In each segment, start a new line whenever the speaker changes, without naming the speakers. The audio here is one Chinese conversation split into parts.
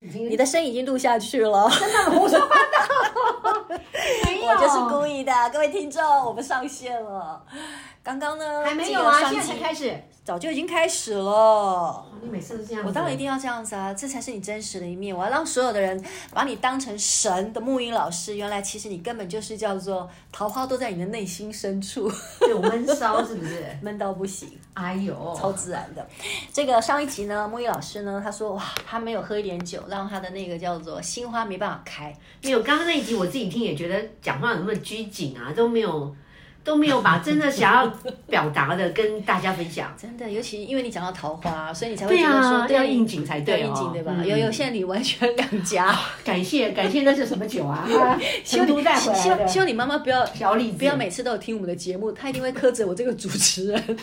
你的声已经录下去了，
没
我就是故意的。各位听众，我们上线了。刚刚呢，
还没有
记
啊，
得上
现在才
集
开始。
早就已经开始了。
你每次都这样子，
我当然一定要这样子啊，这才是你真实的一面。我要让所有的人把你当成神的木音老师，原来其实你根本就是叫做桃花都在你的内心深处，
有闷骚是不是？
闷到不行，
哎呦，
超自然的。这个上一集呢，木音老师呢，他说哇，他没有喝一点酒，让他的那个叫做心花没办法开。。
没有，刚刚那一集我自己听也觉得讲话有那么拘谨啊，都没有都没有把真的想要表达的跟大家分享
真的，尤其因为你讲到桃花，所以你才会
对
觉得说
啊，
对
要应景才对哦，
要应景对吧？
嗯
有有，现在你完全两 家，
感谢感谢，那是什么酒 啊？
希望
成
你
都 带回
希
来
望
的
希望你妈妈不要
小李子，
不要每次都有听我们的节目，他一定会苛责我这个主持人，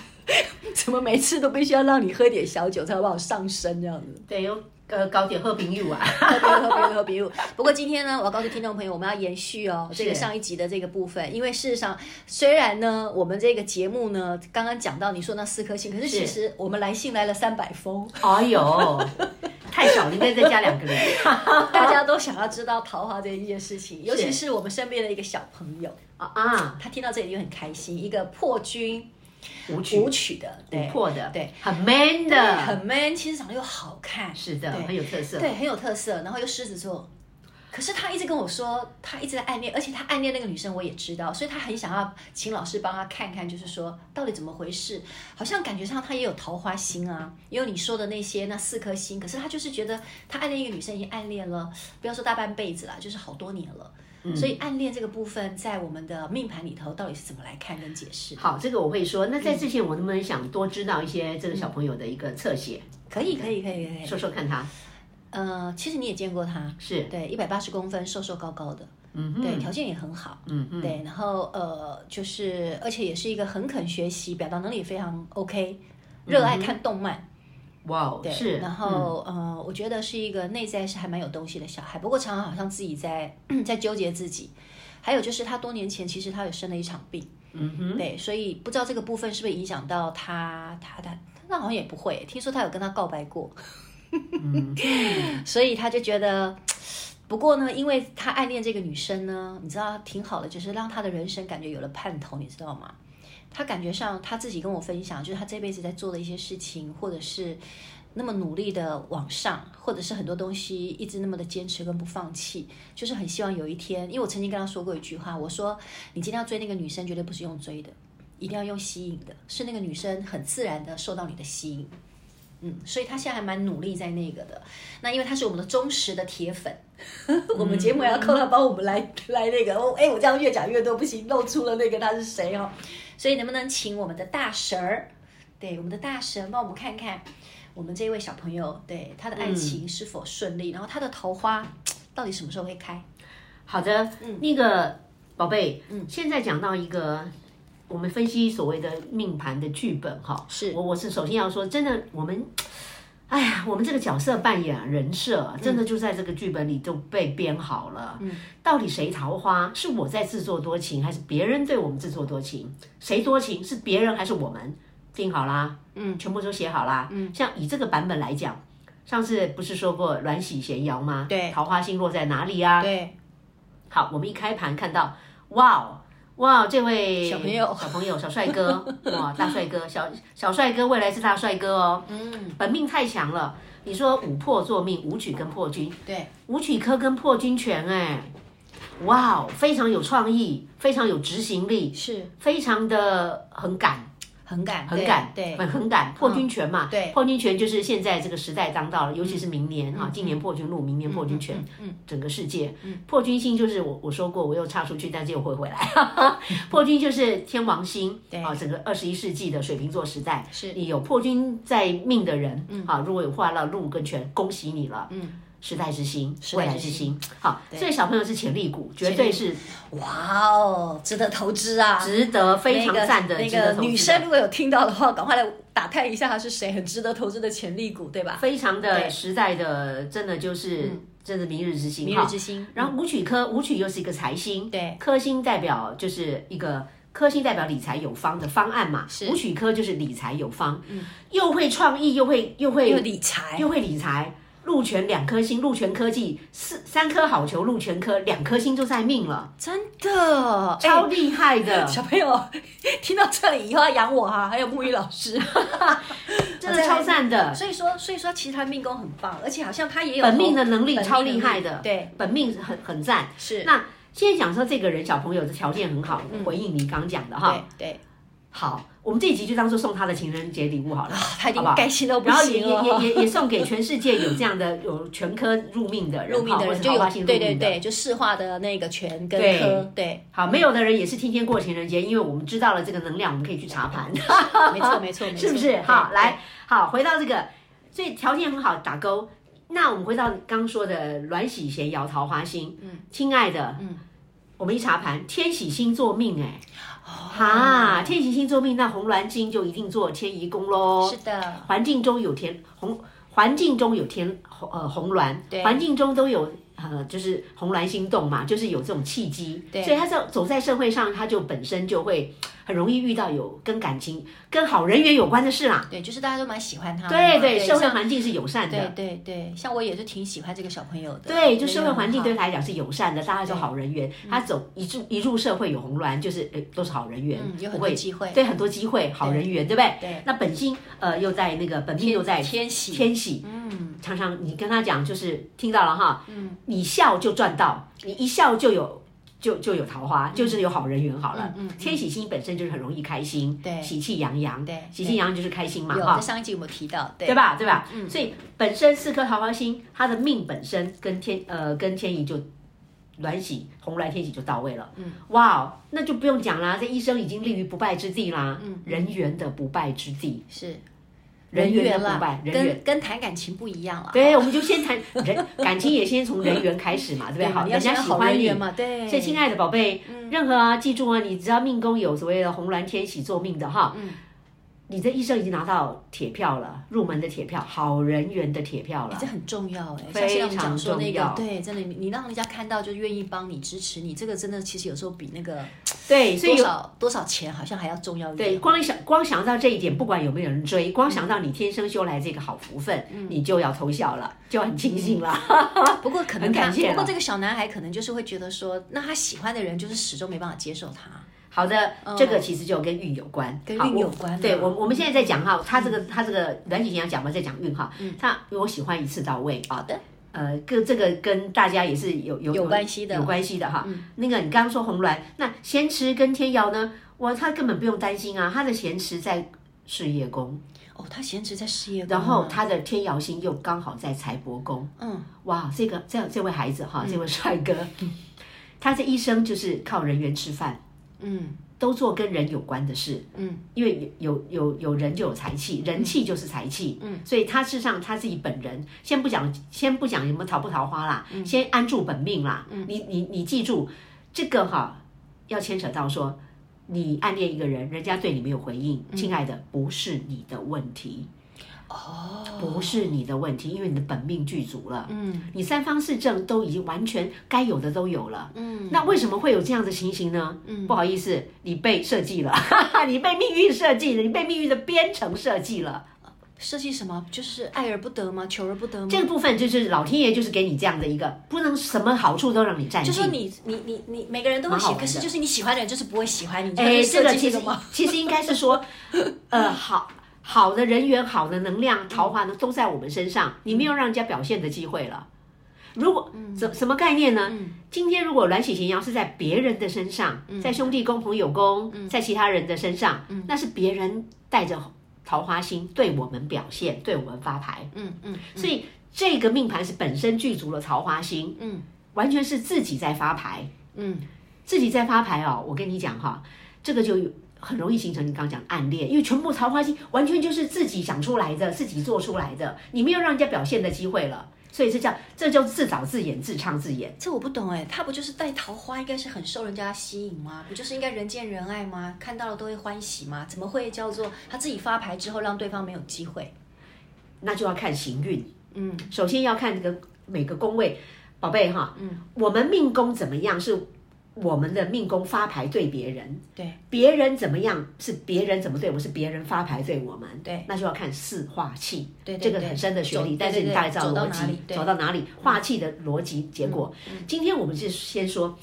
怎么每次都必须要让你喝点小酒才有办法上身这样子？
对，有呃搞点喝冰玉啊。
喝别喝别喝别入。不过今天呢，我要告诉听众朋友，我们要延续哦
是
这个上一集的这个部分，因为事实上虽然呢，我们这个节目呢刚刚讲到你说那四颗星，可是
是
其实我们来信来了三百封，
哎呦，太少了，应该再加两个人。
大家都想要知道桃花这一件事情，尤其
是
是我们身边的一个小朋友，
啊啊，
他听到这里就很开心，一个破军
舞曲
舞曲的，对
琥。珀的，
对，
很 man 的，
很 man，其实长得又好看，
是的，
对
很有特色。
对，很有特色，然后又狮子座。可是他一直跟我说，他一直在暗恋，而且他暗恋那个女生我也知道，所以他很想要请老师帮他看看，就是说到底怎么回事。好像感觉上他也有桃花心啊，也有你说的那些那四颗星。可是他就是觉得他暗恋一个女生已经暗恋了，不要说大半辈子啦，就是好多年了。所以暗恋这个部分在我们的命盘里头到底是怎么来看跟解释？
好，这个我会说。那
嗯
在之前，我能不能想多知道一些这个小朋友的一个侧写，
可以，可以，可以，可以。
说说看他
呃，其实你也见过他，
是，
对，一百八十公分，瘦瘦高高的，
嗯哼，
对，条件也很好，
嗯嗯，
对，然后呃，就是而且也是一个很肯学习，表达能力也非常 OK，热
嗯
爱看动漫，
哇哦，
对，
是，
然后、呃，我觉得是一个内在是还蛮有东西的小孩，不过常常好像自己在 在纠结自己，还有就是他多年前其实他有生了一场病，
嗯哼，
对，所以不知道这个部分是不是影响到他他他。那好像也不会，听说他有跟他告白过，
嗯，
所以他就觉得，不过呢，因为他暗恋这个女生呢，你知道挺好的，就是让他的人生感觉有了盼头，你知道吗？他感觉上他自己跟我分享，就是他这辈子在做的一些事情，或者是那么努力的往上，或者是很多东西一直那么的坚持跟不放弃，就是很希望有一天，因为我曾经跟他说过一句话，我说你今天要追那个女生，绝对不是用追的，一定要用吸引的，是那个女生很自然的受到你的吸引。嗯，所以他现在还蛮努力在那个的。那因为他是我们的忠实的铁粉， 我们节目也
嗯
要靠他帮我们来 来那个。哦，哎，我这样越讲越多，不行，露出了那个他是谁哦。所以能不能请我们的大神儿，对，我们的大神帮我们看看我们这位小朋友，对他的爱情是否顺利，然后他的桃花到底什么时候会开？
好的，那个宝贝，现在讲到一个。我们分析所谓的命盘的剧本，哈，
是
我我是首先要说，真的，我们，哎呀，我们这个角色扮演啊人设啊，真的就在这个剧本里都被编好了。嗯，到底谁桃花？是我在自作多情，还是别人对我们自作多情？谁多情？是别人还是我们？定好啦，嗯，全部都写好啦。嗯，像以这个版本来讲，上次不是说过鸾喜闲摇吗？
对
桃花星落在哪里啊？
对，
好，我们一开盘看到，哇哦，哇哦，这位
小朋友
小朋友，小帅 哥，哇，大帅哥，小小帅哥，未来是大帅哥哦。嗯，本命太强了。你说五破作命，武曲跟破军，
对，
武曲科跟破军全哎，哇哦，非常有创意，非常有执行力，
是
非常的很敢。
很感
很敢，
对，嗯
很很敢破军权嘛，
对嗯
破军权就是现在这个时代当道了，尤其是明年啊，今年破军路，明年破军权，整个世界，
嗯
破军星就是我我说过，我又插出去，但是又会回来， 破军就是天王星，啊，整个二十一世纪的水瓶座时代，
是
你有破军在命的人，啊，如果有画到禄跟权，恭喜你了，嗯。时代之星、
时
未
代
来
之
之
星
星。好，所以小朋友是潜力股，绝对是
哇哦，值得投资啊！
值得非
那
常
个
赞的，
那
值得
个
投资的
女生如果有听到的话，赶快来打探一下她是谁，很值得投资的潜力股，对吧？
非常的
对嗯
实在的，真的就是真的明日之星
明
哈
日之星，
然后武曲科，武曲又是一个财星，
对，
科星代表就是一个科星代表理财有方的方案嘛，武曲科就是理财有方，又会创意，又会又
嗯
会
又理财，
又会理财，鹿泉两颗星，鹿泉科技四三颗好球，鹿泉科两颗星就在命了，
真的哎
超厉害的，
小朋友 听到这里以后要养我哈、还有沐浴老 师，
真的超赞的，
所以说所以说其实他命宫很棒，而且好像他也有
本命的能
哦
力
本命
超厉害的，
对，
本命很很赞。
是，嗯
那现在讲说这个人小朋友的条件很好，回应你刚讲的哈，
对对，
好，我们这一集就当做送他的情人节礼物好了，
他已
好
经
不好？
啊开心到不
然后也
行哦
也
了。
也也也送给全世界有这样的有全科入命的人，
入命
哈
的
或
人
是
就
桃
有
花星入
对对
命的。
对，就市化的那个权跟
对
科， 对，
好，没有的人也是天天过情人节，因为我们知道了这个能量，我们可以去查盘，
没错没错，没错
是不是
对？
好，
对
来，好，回到这个，所以条件很好，打勾。那我们回到刚说的阮喜贤摇桃花星，嗯，亲爱的，嗯，我们一查盘，天喜星座命、哎，
哦
哈，天喜星座命，那红鸾星就一定做迁移宫喽，
是的，
环境中有天红，环境中有天红呃红鸾，
对
环境中都有呃就是红鸾心动嘛，就是有这种契机，
对
所以他在走在社会上，他就本身就会很容易遇到有跟感情、跟好人缘有关的事啦。
对，就是大家都蛮喜欢他的嘛，
对对，社会
像
环境是友善
对
的。
对对，像我也是挺喜欢这个小朋友的，
对，就社会
人
环境
很
对
好，嗯
他来讲是友善的，大家都好人缘。他走一入一入社会有红鸾，就是诶都是好人缘，
嗯，有
不
很
会
多机会，
对很多机会，好人缘，对不对？
对，
那本星呃又在那个本命又在
天喜
天喜，嗯，常常你跟他讲就是听到了哈，嗯，你笑就赚到，你一笑就有就就有桃花，就是有好人缘好了。
嗯嗯嗯嗯
天喜星本身就是很容易开心，
对
喜气洋洋，
对
喜气洋洋就是开心嘛，
有
哈
哦在，上一集有没有提到？对
对吧？对吧？
嗯
所以本身四颗桃花星，它的命本身跟天呃跟天乙就。鸾喜红鸾天喜就到位了，嗯，哇哦，那就不用讲啦，这一生已经立于不败之地啦，嗯，人缘的不败之地，
是
人缘的不败
啦，，
人缘
跟跟谈感情不一样了，
对，我们就先谈人感情，也先从人缘开 始嘛，对不对？好，
你要
人家
先
喜
好
欢
人
你
缘。嘛，嗯对，
所以，亲爱的宝贝，任何啊，记住啊，你只要命宫有所谓的红鸾天喜做命的哈，
嗯
你这一生已经拿到铁票了，入门的铁票，好人缘的铁票了
这。很重要哎，像
非
现在我们讲说那
常重要
个，对，真的，你你让人家看到就愿意帮你支持你，这个真的其实有时候比那个
对，所以
多
有
少多少钱好像还要重要一点。
对光想光想到这一点，不管有没有人追，光想到你天生修来这个好福分，
嗯
你就要偷笑了，就很庆幸了。
不过可能
很感
他，
谢啊
不过
了
这个小男孩可能就是会觉得说，那他喜欢的人就是始终没办法接受他。
好的，这个其实就跟运有关，
嗯跟
好
运
我
有关啊嗯
对我，我们现在在讲哈，他这个他这个阮景祥讲嘛，在讲运哈，他我喜欢一次到位啊。
好的，
呃，跟这个跟大家也是有有
有关系的嗯
有关系的哈。那个你刚刚说红鸾，那咸池跟天姚呢？哇，他根本不用担心啊，他的咸池在事业宫，
哦，他闲职在事业宫啊，
然后他的天姚星又刚好在财帛宫。
嗯，
哇，这个这这位孩子哈，这位帅哥，嗯他这一生就是靠人缘吃饭，
嗯
都做跟人有关的事。
嗯，
因为有有有有人就有财气，人气就是财气，嗯，所以他事实上他自己本人，先不讲先不讲什么桃不桃花啦，
嗯
先安住本命啦，嗯，你你你记住这个哈，要牵扯到说你暗恋一个人，人家对你没有回应，
嗯
亲爱的，不是你的问题，
哦，
不是你的问题，因为你的本命具足了，
嗯
你三方四正都已经完全该有的都有了，
嗯
那为什么会有这样的情形呢？
嗯
不好意思，你被设计了， 你被命运设计了，你被命运的编程设计了。
设计什么？就是爱而不得吗？求而不得吗？
这个部分就是老天爷就是给你这样的一个，不能什么好处都让你占
就
尽。
说你你你你每个人都会
蛮好
喜，
玩的
可是就是你喜欢的人就是不会喜欢你，就
哎，
是
这
设
个
计
其实
这个 吗？
其实应该是说，呃，好好的人缘、好的能
嗯
量、桃花呢，都在我们身上，你没有让人家表现的机会了。如果
嗯
什什么概念呢？今天如果阮喜行阳是在别人的身上，
嗯
在兄弟宫、朋友宫，在其他人的身上，那是别人带着桃花心对我们表现，对我们发牌。
嗯嗯，
所以这个命盘是本身具足了桃花心，
嗯，
完全是自己在发牌，
嗯，
自己在发牌哦。我跟你讲哈、这个就有很容易形成你刚刚讲的暗恋，因为全部桃花心完全就是自己想出来的，自己做出来的，你没有让人家表现的机会了。所以这叫这就自导自演、自唱自演。
这我不懂哎，他不就是带桃花，应该是很受人家吸引吗？不就是应该人见人爱吗？看到了都会欢喜吗？怎么会叫做他自己发牌之后让对方没有机会？
那就要看行运。
嗯，
首先要看这个每个宫位，宝贝哈，嗯，我们命宫怎么样是我们的命宫发牌对别人，
对，
别人怎么样是别人怎么对我，是别人发牌对我们，
对，
那就要看四化气，
对对
这个很深的学
对
理，
对
但是你大概知道
走到
逻
哪里
辑，
对嗯
走到哪里，化气的逻辑结果。今天我们是先说。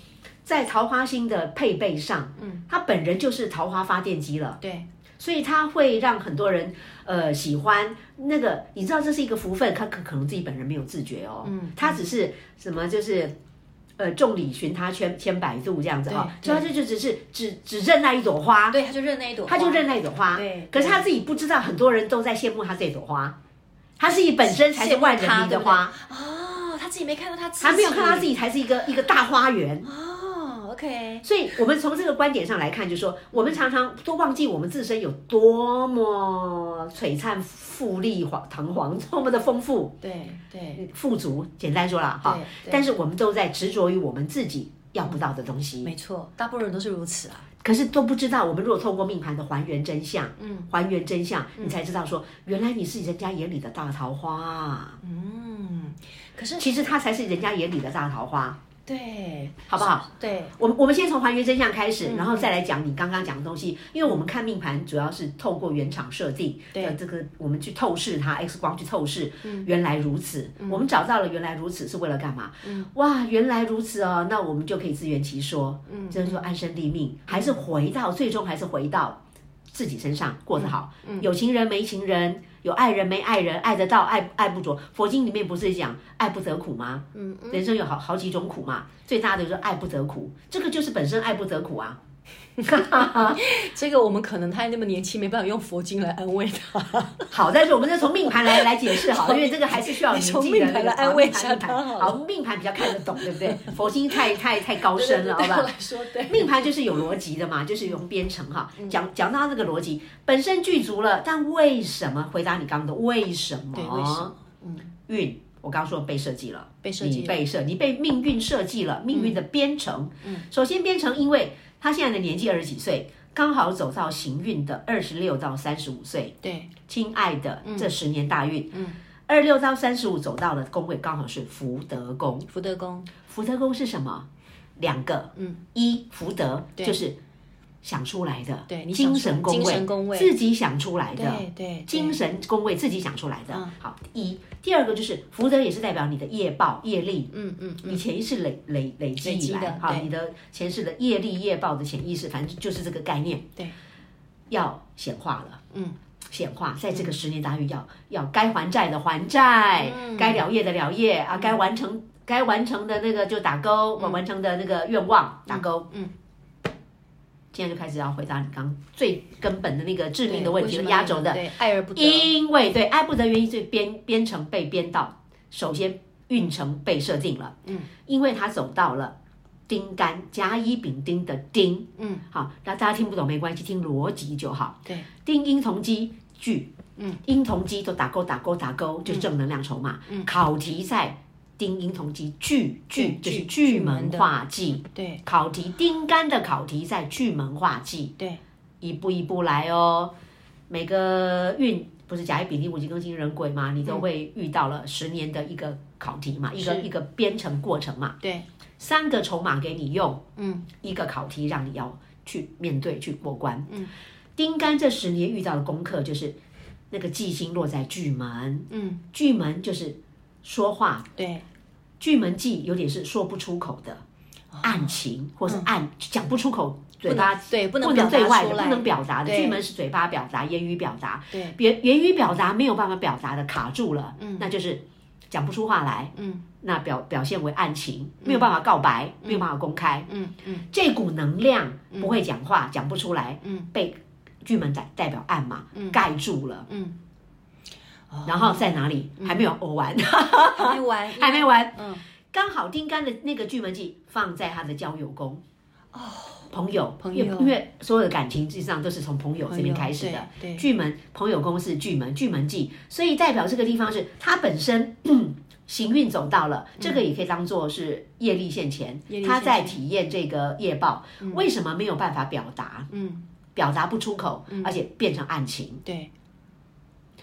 在桃花星的配备上，嗯，他本人就是桃花发电机了，
对，
所以他会让很多人呃喜欢那个，你知道这是一个福分，他可可能自己本人没有自觉哦，嗯，他只是什么就是。呃，众里寻他千千百度这样子哈、
对
所以他就就只是只只认那一朵花，
对，他就认那一朵花，
啊他就认那一朵花。
对
可是他自己不知道，很多人都在羡慕他这朵花，他自己本身才是万人迷的花，
哦，他自己没看到他自己，
他没有看到他自己才是一个一个大花园。
哦，OK，
所以我们从这个观点上来看，就说我们常常都忘记我们自身有多么璀璨、富丽、煌堂皇，多么的丰富、
对对，
富足。简单说啦，哈
对对，
但是我们都在执着于我们自己要不到的东西，
没错，大部分人都是如此啊。
可是都不知道。我们如果透过命盘的还原真相，嗯，还原真相，你才知道说，原来你是人家眼里的大桃花啊，
嗯，可是
其实他才是人家眼里的大桃花，
对，
好不好？
对，
我们我们先从还原真相开始，然后再来讲你刚刚讲的东西，因为我们看命盘主要是透过原厂设定，
对
呃这个我们去透视它，X 光去透视，原来如此，我们找到了原来如此是为了干嘛？哇，原来如此哦，那我们就可以自圆其说，嗯，就是说安身立命，还是回到最终还是回到自己身上过得好，有情人没情人。有爱人没爱人，爱得到爱爱不着。佛经里面不是讲爱不得苦吗？嗯，人生有好好几种苦嘛，最大的就是爱不得苦，这个就是本身爱不得苦啊。
这个我们可能他还那么年轻，没办法用佛经来安慰他。
好，但是我们就从命盘来来解释好了，因为这个还是需要
你
年
从
纪的
命
那
盘
个
来安慰一下
命盘
他好了
好，命盘比较看得懂，对不对？佛经太太太高深了，好
对
吧
我？来说，对，嗯
命盘就是有逻辑的嘛，就是用编程哈。讲讲到这个逻辑，本身具足了，但为什么？回答你刚刚的为什么？
对，为什么？嗯，
运，我刚刚说被设计了，
被设计了嗯
你被设，你被命运设计了，命运的编程。首先编程，因为他现在的年纪二十几岁，刚好走到行运的二十六到三十五岁。
对，
亲爱的，这十年大运，嗯，二六到三十五走到了宫位，刚好是福德宫。
福德宫，
福德宫是什么？两个，嗯，一福德就是想出来的，
对你想
精
出
神宫
精
位，
神宫位
自己想出来的，
对对，嗯
精神宫位自己想出来的。好，一，第二个就是福德也是代表你的业报、业力，
嗯嗯
你潜意识累累累积
累积
以来
的，
好，
对
你的前世的业力、业报的潜意识，反正就是这个概念。
对，
要显化了，
嗯。
显化，在这个十年大运要、要该还债的还债，
嗯
该了业的了业啊，该完成该完成的那个就打勾，完完成的那个愿望打勾。
嗯
今天就开始要回答你刚最根本的那个致命的问题
对为什
了，
么
压轴的
对，爱而不得，
因为对爱不得原因，就编编程被编到，首先运程被设定了，嗯，因为他走到了丁干甲乙丙丁的丁，
嗯，
好，那大家听不懂没关系，听逻辑就好。
对，
丁阴同基聚，嗯，阴同基都打勾打勾打勾，就是正能量筹码。嗯，考题在丁阴同基聚聚
聚
就是
聚
巨门
门的
化忌，
对
哎考题丁干的考题在巨门化忌。
对，
一步一步来哦。每个运不是甲乙丙丁戊己庚辛壬癸嘛，你都会遇到了十年的一个考题嘛，一个一个编程过程嘛。
对，
三个筹码给你用，嗯，一个考题让你要去面对去过关。嗯，丁干这十年遇到的功课就是那个忌星落在巨门，
嗯，
巨门就是说话
对，
巨门忌有点是说不出口的暗情，或是暗、讲不出口，嘴巴
对哦不能
不能对
表达
外
出
的，
来
不能表达的。
对
巨门是嘴巴表达，言语表达，
对，
别言语表达没有办法表达的卡住了，那就是讲不出话来，
嗯
那表表现为暗情，没有办法告白，没有办法公开，
嗯嗯，
这股能量不会讲话，讲不出来，被巨门代代表暗嘛，盖住了，
嗯哦
然后在哪里还没有欧完，
还没完，
还没完，
嗯，
刚好丁干的那个巨门忌放在他的交友宫，哦，朋友，
朋友
因为因为所有的感情实际上都是从朋友这边开始的。
对，对，
巨门朋友宫是巨门，巨门忌，所以代表这个地方是他本身 行运走到了，这个也可以当做是业力现前，
嗯力现前嗯
他在体验这个业报，为什么没有办法表达？嗯，表达不出口，
嗯
而且变成暗情。
对，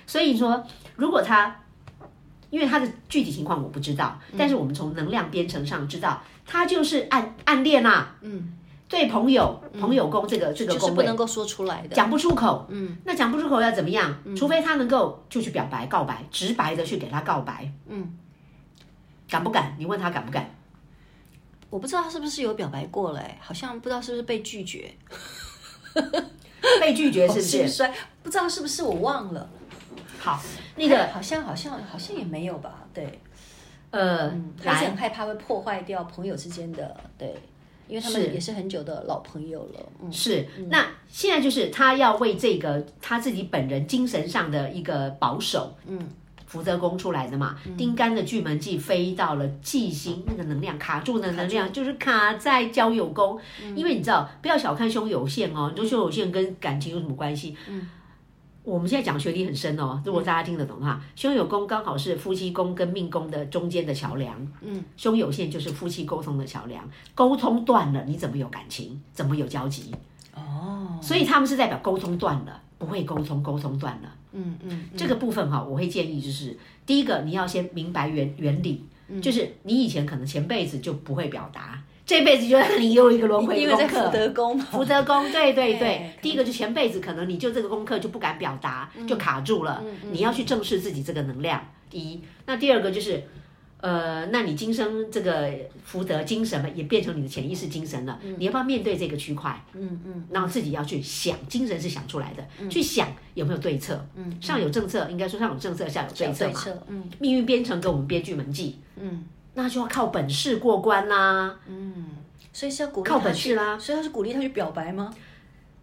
所以说，如果他，因为他的具体情况我不知道，
嗯
但是我们从能量编程上知道，他就是暗暗恋啦、
嗯，
对朋友、朋友宫这个这个
就是
宫
不
位
能够说出来的，嗯
讲不出口，嗯，那讲不出口要怎么样？除非他能够就去表白、告白，直白的去给他告白，
嗯，
敢不敢？你问他敢不敢？
我不知道他是不是有表白过了、哎，好像不知道是不是被拒绝，
被拒绝是不是？
心酸，不知道是不是我忘了，
好，那个
好像好像好像也没有吧，对，嗯
呃，
他是
来
很害怕会破坏掉朋友之间的，对，因为他们
是
也是很久的老朋友了，嗯，
是，那现在就是他要为这个他自己本人精神上的一个保守，嗯。福德宫出来的嘛，丁干的巨门忌飞到了忌星，那个能量卡住嗯的能量就是卡在交友宫，因为你知道，不要小看胸有线哦，你说胸有线跟感情有什么关系？嗯，我们现在讲学历很深哦，如果大家听得懂哈，胸有宫刚好是夫妻宫跟命宫的中间的桥梁，嗯，胸有线就是夫妻沟通的桥梁，沟通断了，你怎么有感情？怎么有交集？
哦，
所以他们是代表沟通断了，不会沟通，沟通断了。
嗯嗯，
这个部分哈、我会建议就是，第一个你要先明白原原理，
嗯
就是你以前可能前辈子就不会表达，这辈子就让你又一个轮回
因
的
为在
功
福
课。
德宫嘛，
福德宫，对对
对
对，第一个就前辈子可能你就这个功课就不敢表达，
嗯
就卡住了。你要去正视自己这个能量，第一。那第二个就是，呃，那你今生这个福德精神嘛，也变成你的潜意识精
嗯
神了。你要不要面对这个区块？嗯嗯，然后自己要去想，精神是想出来
嗯
的，去想有没有对策。嗯，上有政策，应该说上有政策，下有对策
对
嘛。
策，嗯
命运编程跟我们编剧门记，
嗯。
那就要靠本事过关啦。
所以是要鼓励
靠
他
本
去
事啦
所以他是鼓励他去表白吗？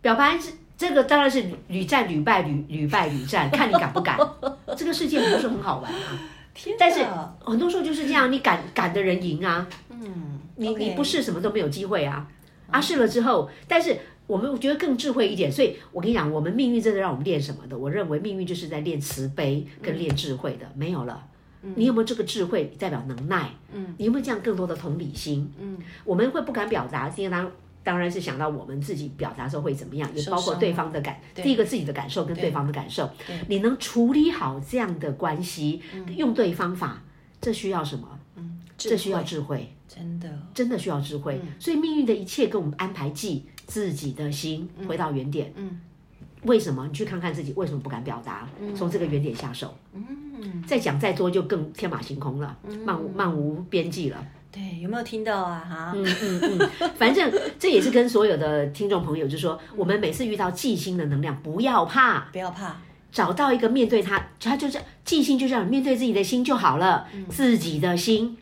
表白是这个当然是屡战屡败，屡屡败屡战，看你敢不敢。这个世界不是很好玩啊，
天哪，
但是很多时候就是这样，你敢敢的人赢啊，
嗯，
你
OK
你不试什么都没有机会啊。啊试了之后，但是我们我觉得更智慧一点，所以我跟你讲，我们命运真的让我们练什么的？我认为命运就是在练慈悲
嗯
跟练智慧的，没有了。你有没有这个智慧，代表能耐？嗯，你有没有这样更多的同理心？嗯，我们会不敢表达，因为当当然是想到我们自己表达的时候会怎么样，也包括
伤
对
啊
方的感，第一个自己的感受跟对方的感受
对。嗯
你能处理好这样的关系，用对方法，这需要什么？
智
这需要
慧
智慧。
真的，
真的需要智
嗯
慧。所以命运的一切跟我们安排记自己的心，回到原点。
嗯
为什么？你去看看自己为什么不敢表达，从这个原点下手。嗯，再讲再多就更天马行空了，
嗯
漫无漫无边际了。
对，有没有听到啊？哈，
嗯嗯，嗯， 反正这也是跟所有的听众朋友
嗯
就说，我们每次遇到忌星的能量，不要怕，
不要怕，
找到一个面对他，他就是记性，就让你面对自己的心就好了，
嗯
自己的心，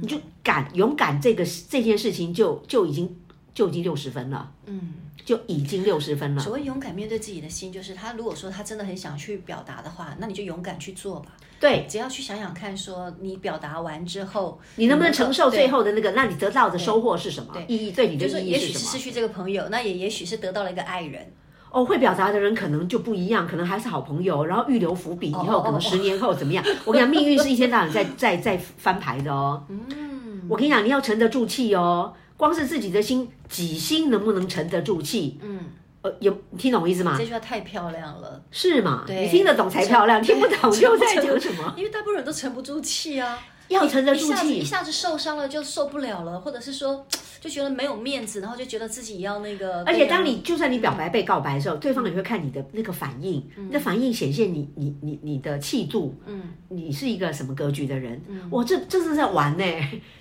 你就敢勇敢这个这件事情就就已经就已经六十分了，
嗯。
就已经六十分了。
所谓勇敢面对自己的心，就是他如果说他真的很想去表达的话，那你就勇敢去做吧。
对
只要去想想看，说你表达完之后，
你能不能承受
对
最后的那个？那你得到的收获是什么？意义对你的
就是
意
也
义
许
是
是
什
失
么？
去这个朋友，那也也许是得到了一个爱人，
哦，会表达的人可能就不一样，可能还是好朋友，然后预留伏笔，以
哦哦
后
哦
可能十年后怎么样？ 我跟你讲，命运是一天到晚在在在翻牌的哦。嗯，我跟你讲，你要沉得住气哦。光是自己的心，己心能不能沉得住气？
嗯，
呃，有你听懂我意思吗
这？句话太漂亮了，
是嘛？
对
你听得懂才漂亮，听不懂就在讲 什么。
因为大部分人都沉不住气啊，
要沉得
一
住
下子一
气，
下子受伤了就受不了了，或者是说就觉得没有面子，然后就觉得自己要那个，
而且当你就算你表白被告白的时候，对方也会看你的那个反应，你的反应显现你你你你的气度，
嗯，
你是一个什么格局的人。哇，这这是在玩呢、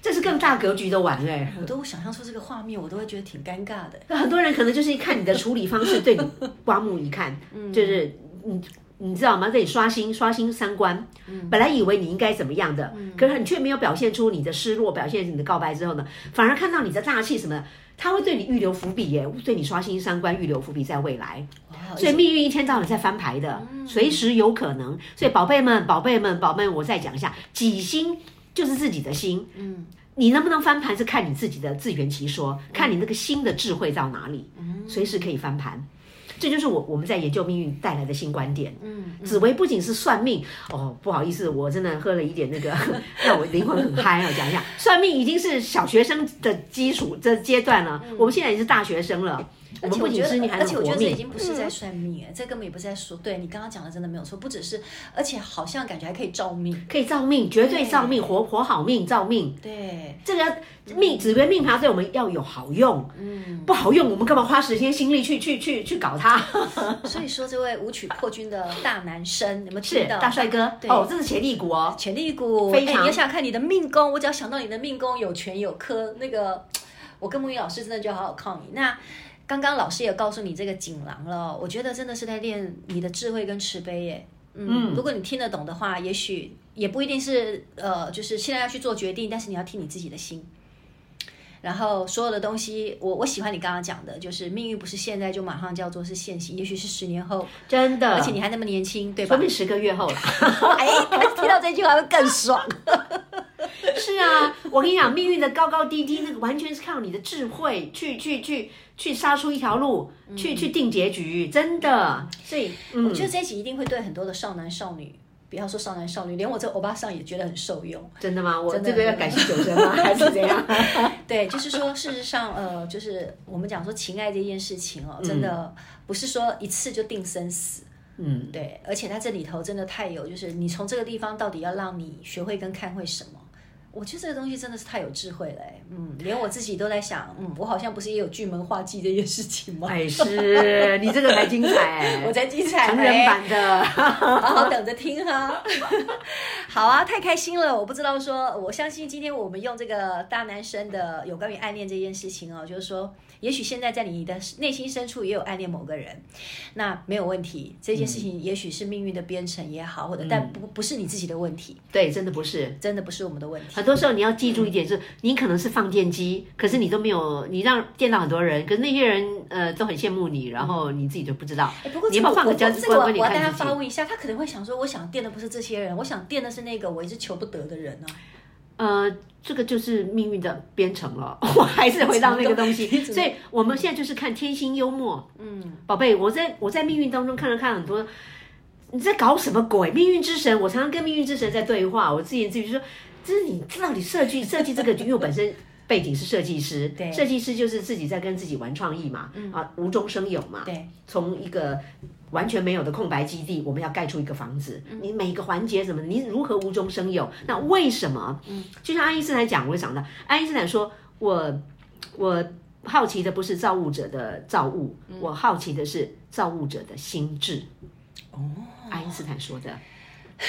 这是更大格局的玩哎、
我都想象出这个画面，我都会觉得挺尴尬的。
那很多人可能就是一看你的处理方式，对你刮目一看，就是你你知道吗？这里刷新刷新三观，本来以为你应该怎么样的，可是你却没有表现出你的失落，表现你的告白之后呢，反而看到你的大气什么的，他会对你预留伏笔耶，对你刷新三观，预留伏笔在未来。
哇
所以命运一天到晚在翻牌的，
嗯
随时有可能。所以宝贝们，宝贝们，宝贝们，我再讲一下，己心就是自己的心，嗯，你能不能翻盘是
嗯
看你自己的自圆其说，看你那个心的智慧到哪里，随时可以翻盘。这就是我我们在研究命运带来的新观点。
嗯，
紫薇不仅是算命哦，不好意思，我真的喝了一点那个， 让我灵魂很嗨啊！讲一下，算命已经是小学生的基础这阶段了，我们现在已经是大学生了。我
嗯而且
们不
我
仅
觉
是
得，
你还
而
能
且我觉
活
得这已
命，嗯
经不是在算命，哎，这根本也不是在说。对你刚刚讲的真的没有错，不只是，而且好像感觉还可以照命。
可以造命，绝对造命，
对
活活好命，造命。
对，
这个命紫薇命盘对我们要有好用，
嗯，
不好用我们干嘛花时间精力去去去去搞它？
所以说这位舞曲破军的大男生，有没有
是
听到？
大帅哥
对
哦，这是潜力股哦，
潜力股，
非
哎
常
你要想想看你的命宫，我只要想到你的命宫有权有科，那个我跟木鱼老师真的就好好抗议。那刚刚老师也告诉你这个锦囊了哦，我觉得真的是在练你的智慧跟慈悲耶。嗯，
嗯
如果你听得懂的话，也许也不一定是呃，就是现在要去做决定，但是你要听你自己的心。然后所有的东西，我我喜欢你刚刚讲的，就是命运不是现在就马上叫做是现行，也许是十年后，
真的，
而且你还那么年轻，对
说
吧
不？定十个月后了。
哎，听到这句话会更爽。
是啊，我跟你讲，命运的高高低低，那个完全是靠你的智慧去去去去杀出一条路，
嗯
去去定结局，真的。所以，嗯
我，觉得这一集一定会对很多的少男少女，不要说少男少女，连我这欧巴桑也觉得很受用。
真的吗？我
真的
这个要感谢九神吗？ 还是 怎样？
对，就是说，事实上，呃，就是我们讲说情爱这件事情哦，真的不是说一次就定生死。
嗯，
对，而且它这里头真的太有，就是你从这个地方到底要让你学会跟看会什么。我觉得这个东西真的是太有智慧了、哎嗯，连我自己都在想，嗯，我好像不是也有巨门化忌这件事情吗？
哎，是你这个才精 彩，
我在精彩
成人
哎
版的。
好好等着听 哈。好啊，太开心了！我不知道说，我相信今天我们用这个大男生的有关于暗恋这件事情哦，就是说，也许现在在你的内心深处也有暗恋某个人，那没有问题。这件事情也许是命运的编程也好，或者但不不是你自己的问题，
对，真的不是。
真的不是我们的问题
很。多时候你要记住一点是，你可能是放电机，可是你都没有，你让电到很多人，可是那些人呃都很羡慕你，然后你自己就不知道。
哎不过
你
这
要
个我
不要放
我
个
这
胶
个
关
我
关你
我要
看
大家
自己
发问一下，他可能会想说，我想电的不是这些人，我想电的是那个我一直求不得的人呢、
呃，这个就是命运的编程了， 我还是回到那个东西。
你怎么
所以我们现在就是看天星幽默，
嗯，
宝贝，我在我在命运当中看了看很多，你在搞什么鬼？命运之神，我常常跟命运之神在对话，我自言自语就说，这是你到底设计设计这个，因为我本身。背景是设计师，
对嗯
设计师就是自己在跟自己玩创意嘛，啊，无中生有嘛，
对，
从一个完全没有的空白基地，我们要盖出一个房子，你每个环节怎么，你如何无中生有？那为什么？就像爱因斯坦讲，我就想到爱因斯坦说，我我好奇的不是造物者的造物，我好奇的是造物者的心智。哦，爱因斯坦说的。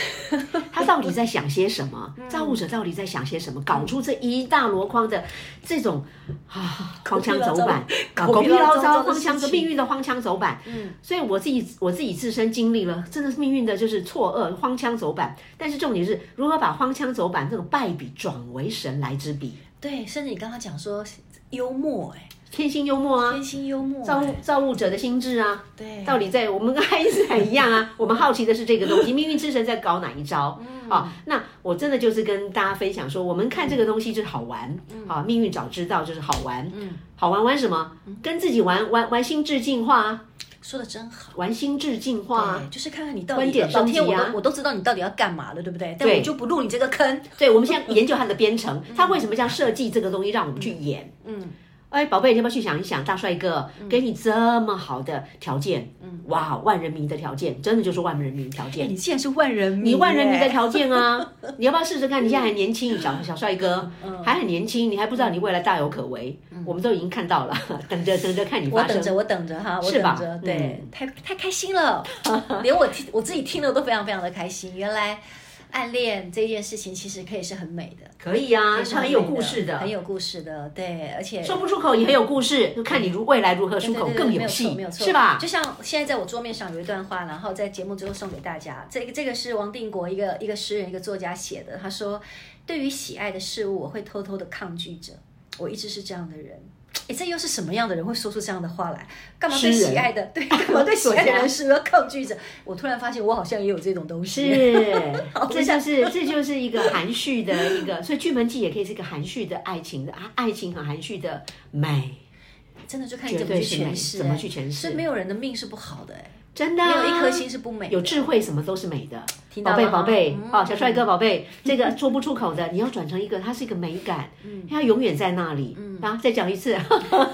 他到底在想些什么？造物者到底在想些什么？搞出这一大箩筐的这种啊，
狗
荒
屁
腔走板，
糟
啊
狗
狗
屁
屁
唠
唠
糟
糟，
的
荒
事
腔走
情
命运的荒腔走板。
嗯，
所以我自己我自己自身经历了，真的是命运的就是错愕、荒腔走板。但是重点是如何把荒腔走板这种败笔转为神来之笔，
对，甚至你刚刚讲说幽默、哎，
天性幽默啊，
天性幽默、
造物
哎
造物者的心智啊，
对，
道理在我们跟爱因斯坦一样啊，我们好奇的是这个东 西，命运之神在搞哪一招？
嗯
啊，那我真的就是跟大家分享说，我们看这个东西就是好玩，
嗯
啊，命运早知道就是好玩，好玩玩什么？
嗯
跟自己玩玩玩心智进化啊，
说的真好。
玩心智进化啊
对，，就是看看你到底
观点
老
升级
天，
啊
我都我都知道你到底要干嘛了，对不对？但
对
我就不入你这个坑。
对，我们现在研究它的编程，它为什么这样设计这个东西，让我们去演？
嗯，
哎，宝贝，你要不要去想一想？大帅哥给你这么好的条件，哇，万人迷的条件，真的就是万人迷条
哎，
件，
你竟然是万人迷，
你万人迷的
哎
条件啊！你要不要试试看？你现在还年轻，小小帅哥还很年轻，你还不知道你未来大有可为，我们都已经看到了，等着等着看你
我
发
等着，
生。
我等着哈，我
是吧嗯
等着，对，太太开心 了，连我听我自己听了都非常非常的开心。原来暗恋这件事情其实可以是很美的，
可以啊，
也是
是很有
美
故事的
很，有故事的，对，而且
说不出口也很有故事，就看你如未来如何出口
对对对
哦更
没
有
有错
戏
没有，错，
是吧？
就像现在在我桌面上有一段话，然后在节目最后送给大家。这个这个是王定国一个一个诗人一个作家写的，他说：“对于喜爱的事物，我会偷偷的抗拒着，我一直是这样的人。”哎，这又是什么样的人会说出这样的话来？干嘛对
诗
喜
人
爱的 对，干嘛对喜爱的
作家
人事物要抗拒着？我突然发现我好像也有这种东西。
是， 这就是这就是一个含蓄的一个，所以《巨门记》也可以是一个含蓄的爱情的，啊爱情很含蓄的美。
真的就看你
绝
怎么
对
去
是美，
诠释、
怎么去诠
所以
释？
没有人的命是不好的、哎，
真的、
没
啊，
有一颗心是不美的。
有智慧，什么都是美的。
听到了
宝贝，
吗
宝贝，
嗯
哦，小帅哥，宝贝，这个说不出口的，你要转成一个，它是一个美感，
嗯
它永远在那里。然后再讲一次，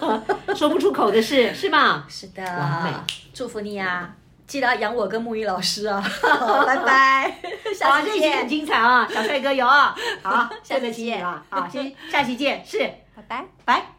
说不出口的事，是吧？
是的
完美，
祝福你呀、记得要养我跟木鱼老师啊， 好拜拜，
好，
下
这
期
一集很
见，
精彩啊，小帅哥有啊，好，
下
对
次
得起你
见
了啊，先下期见，是，
拜拜。
拜。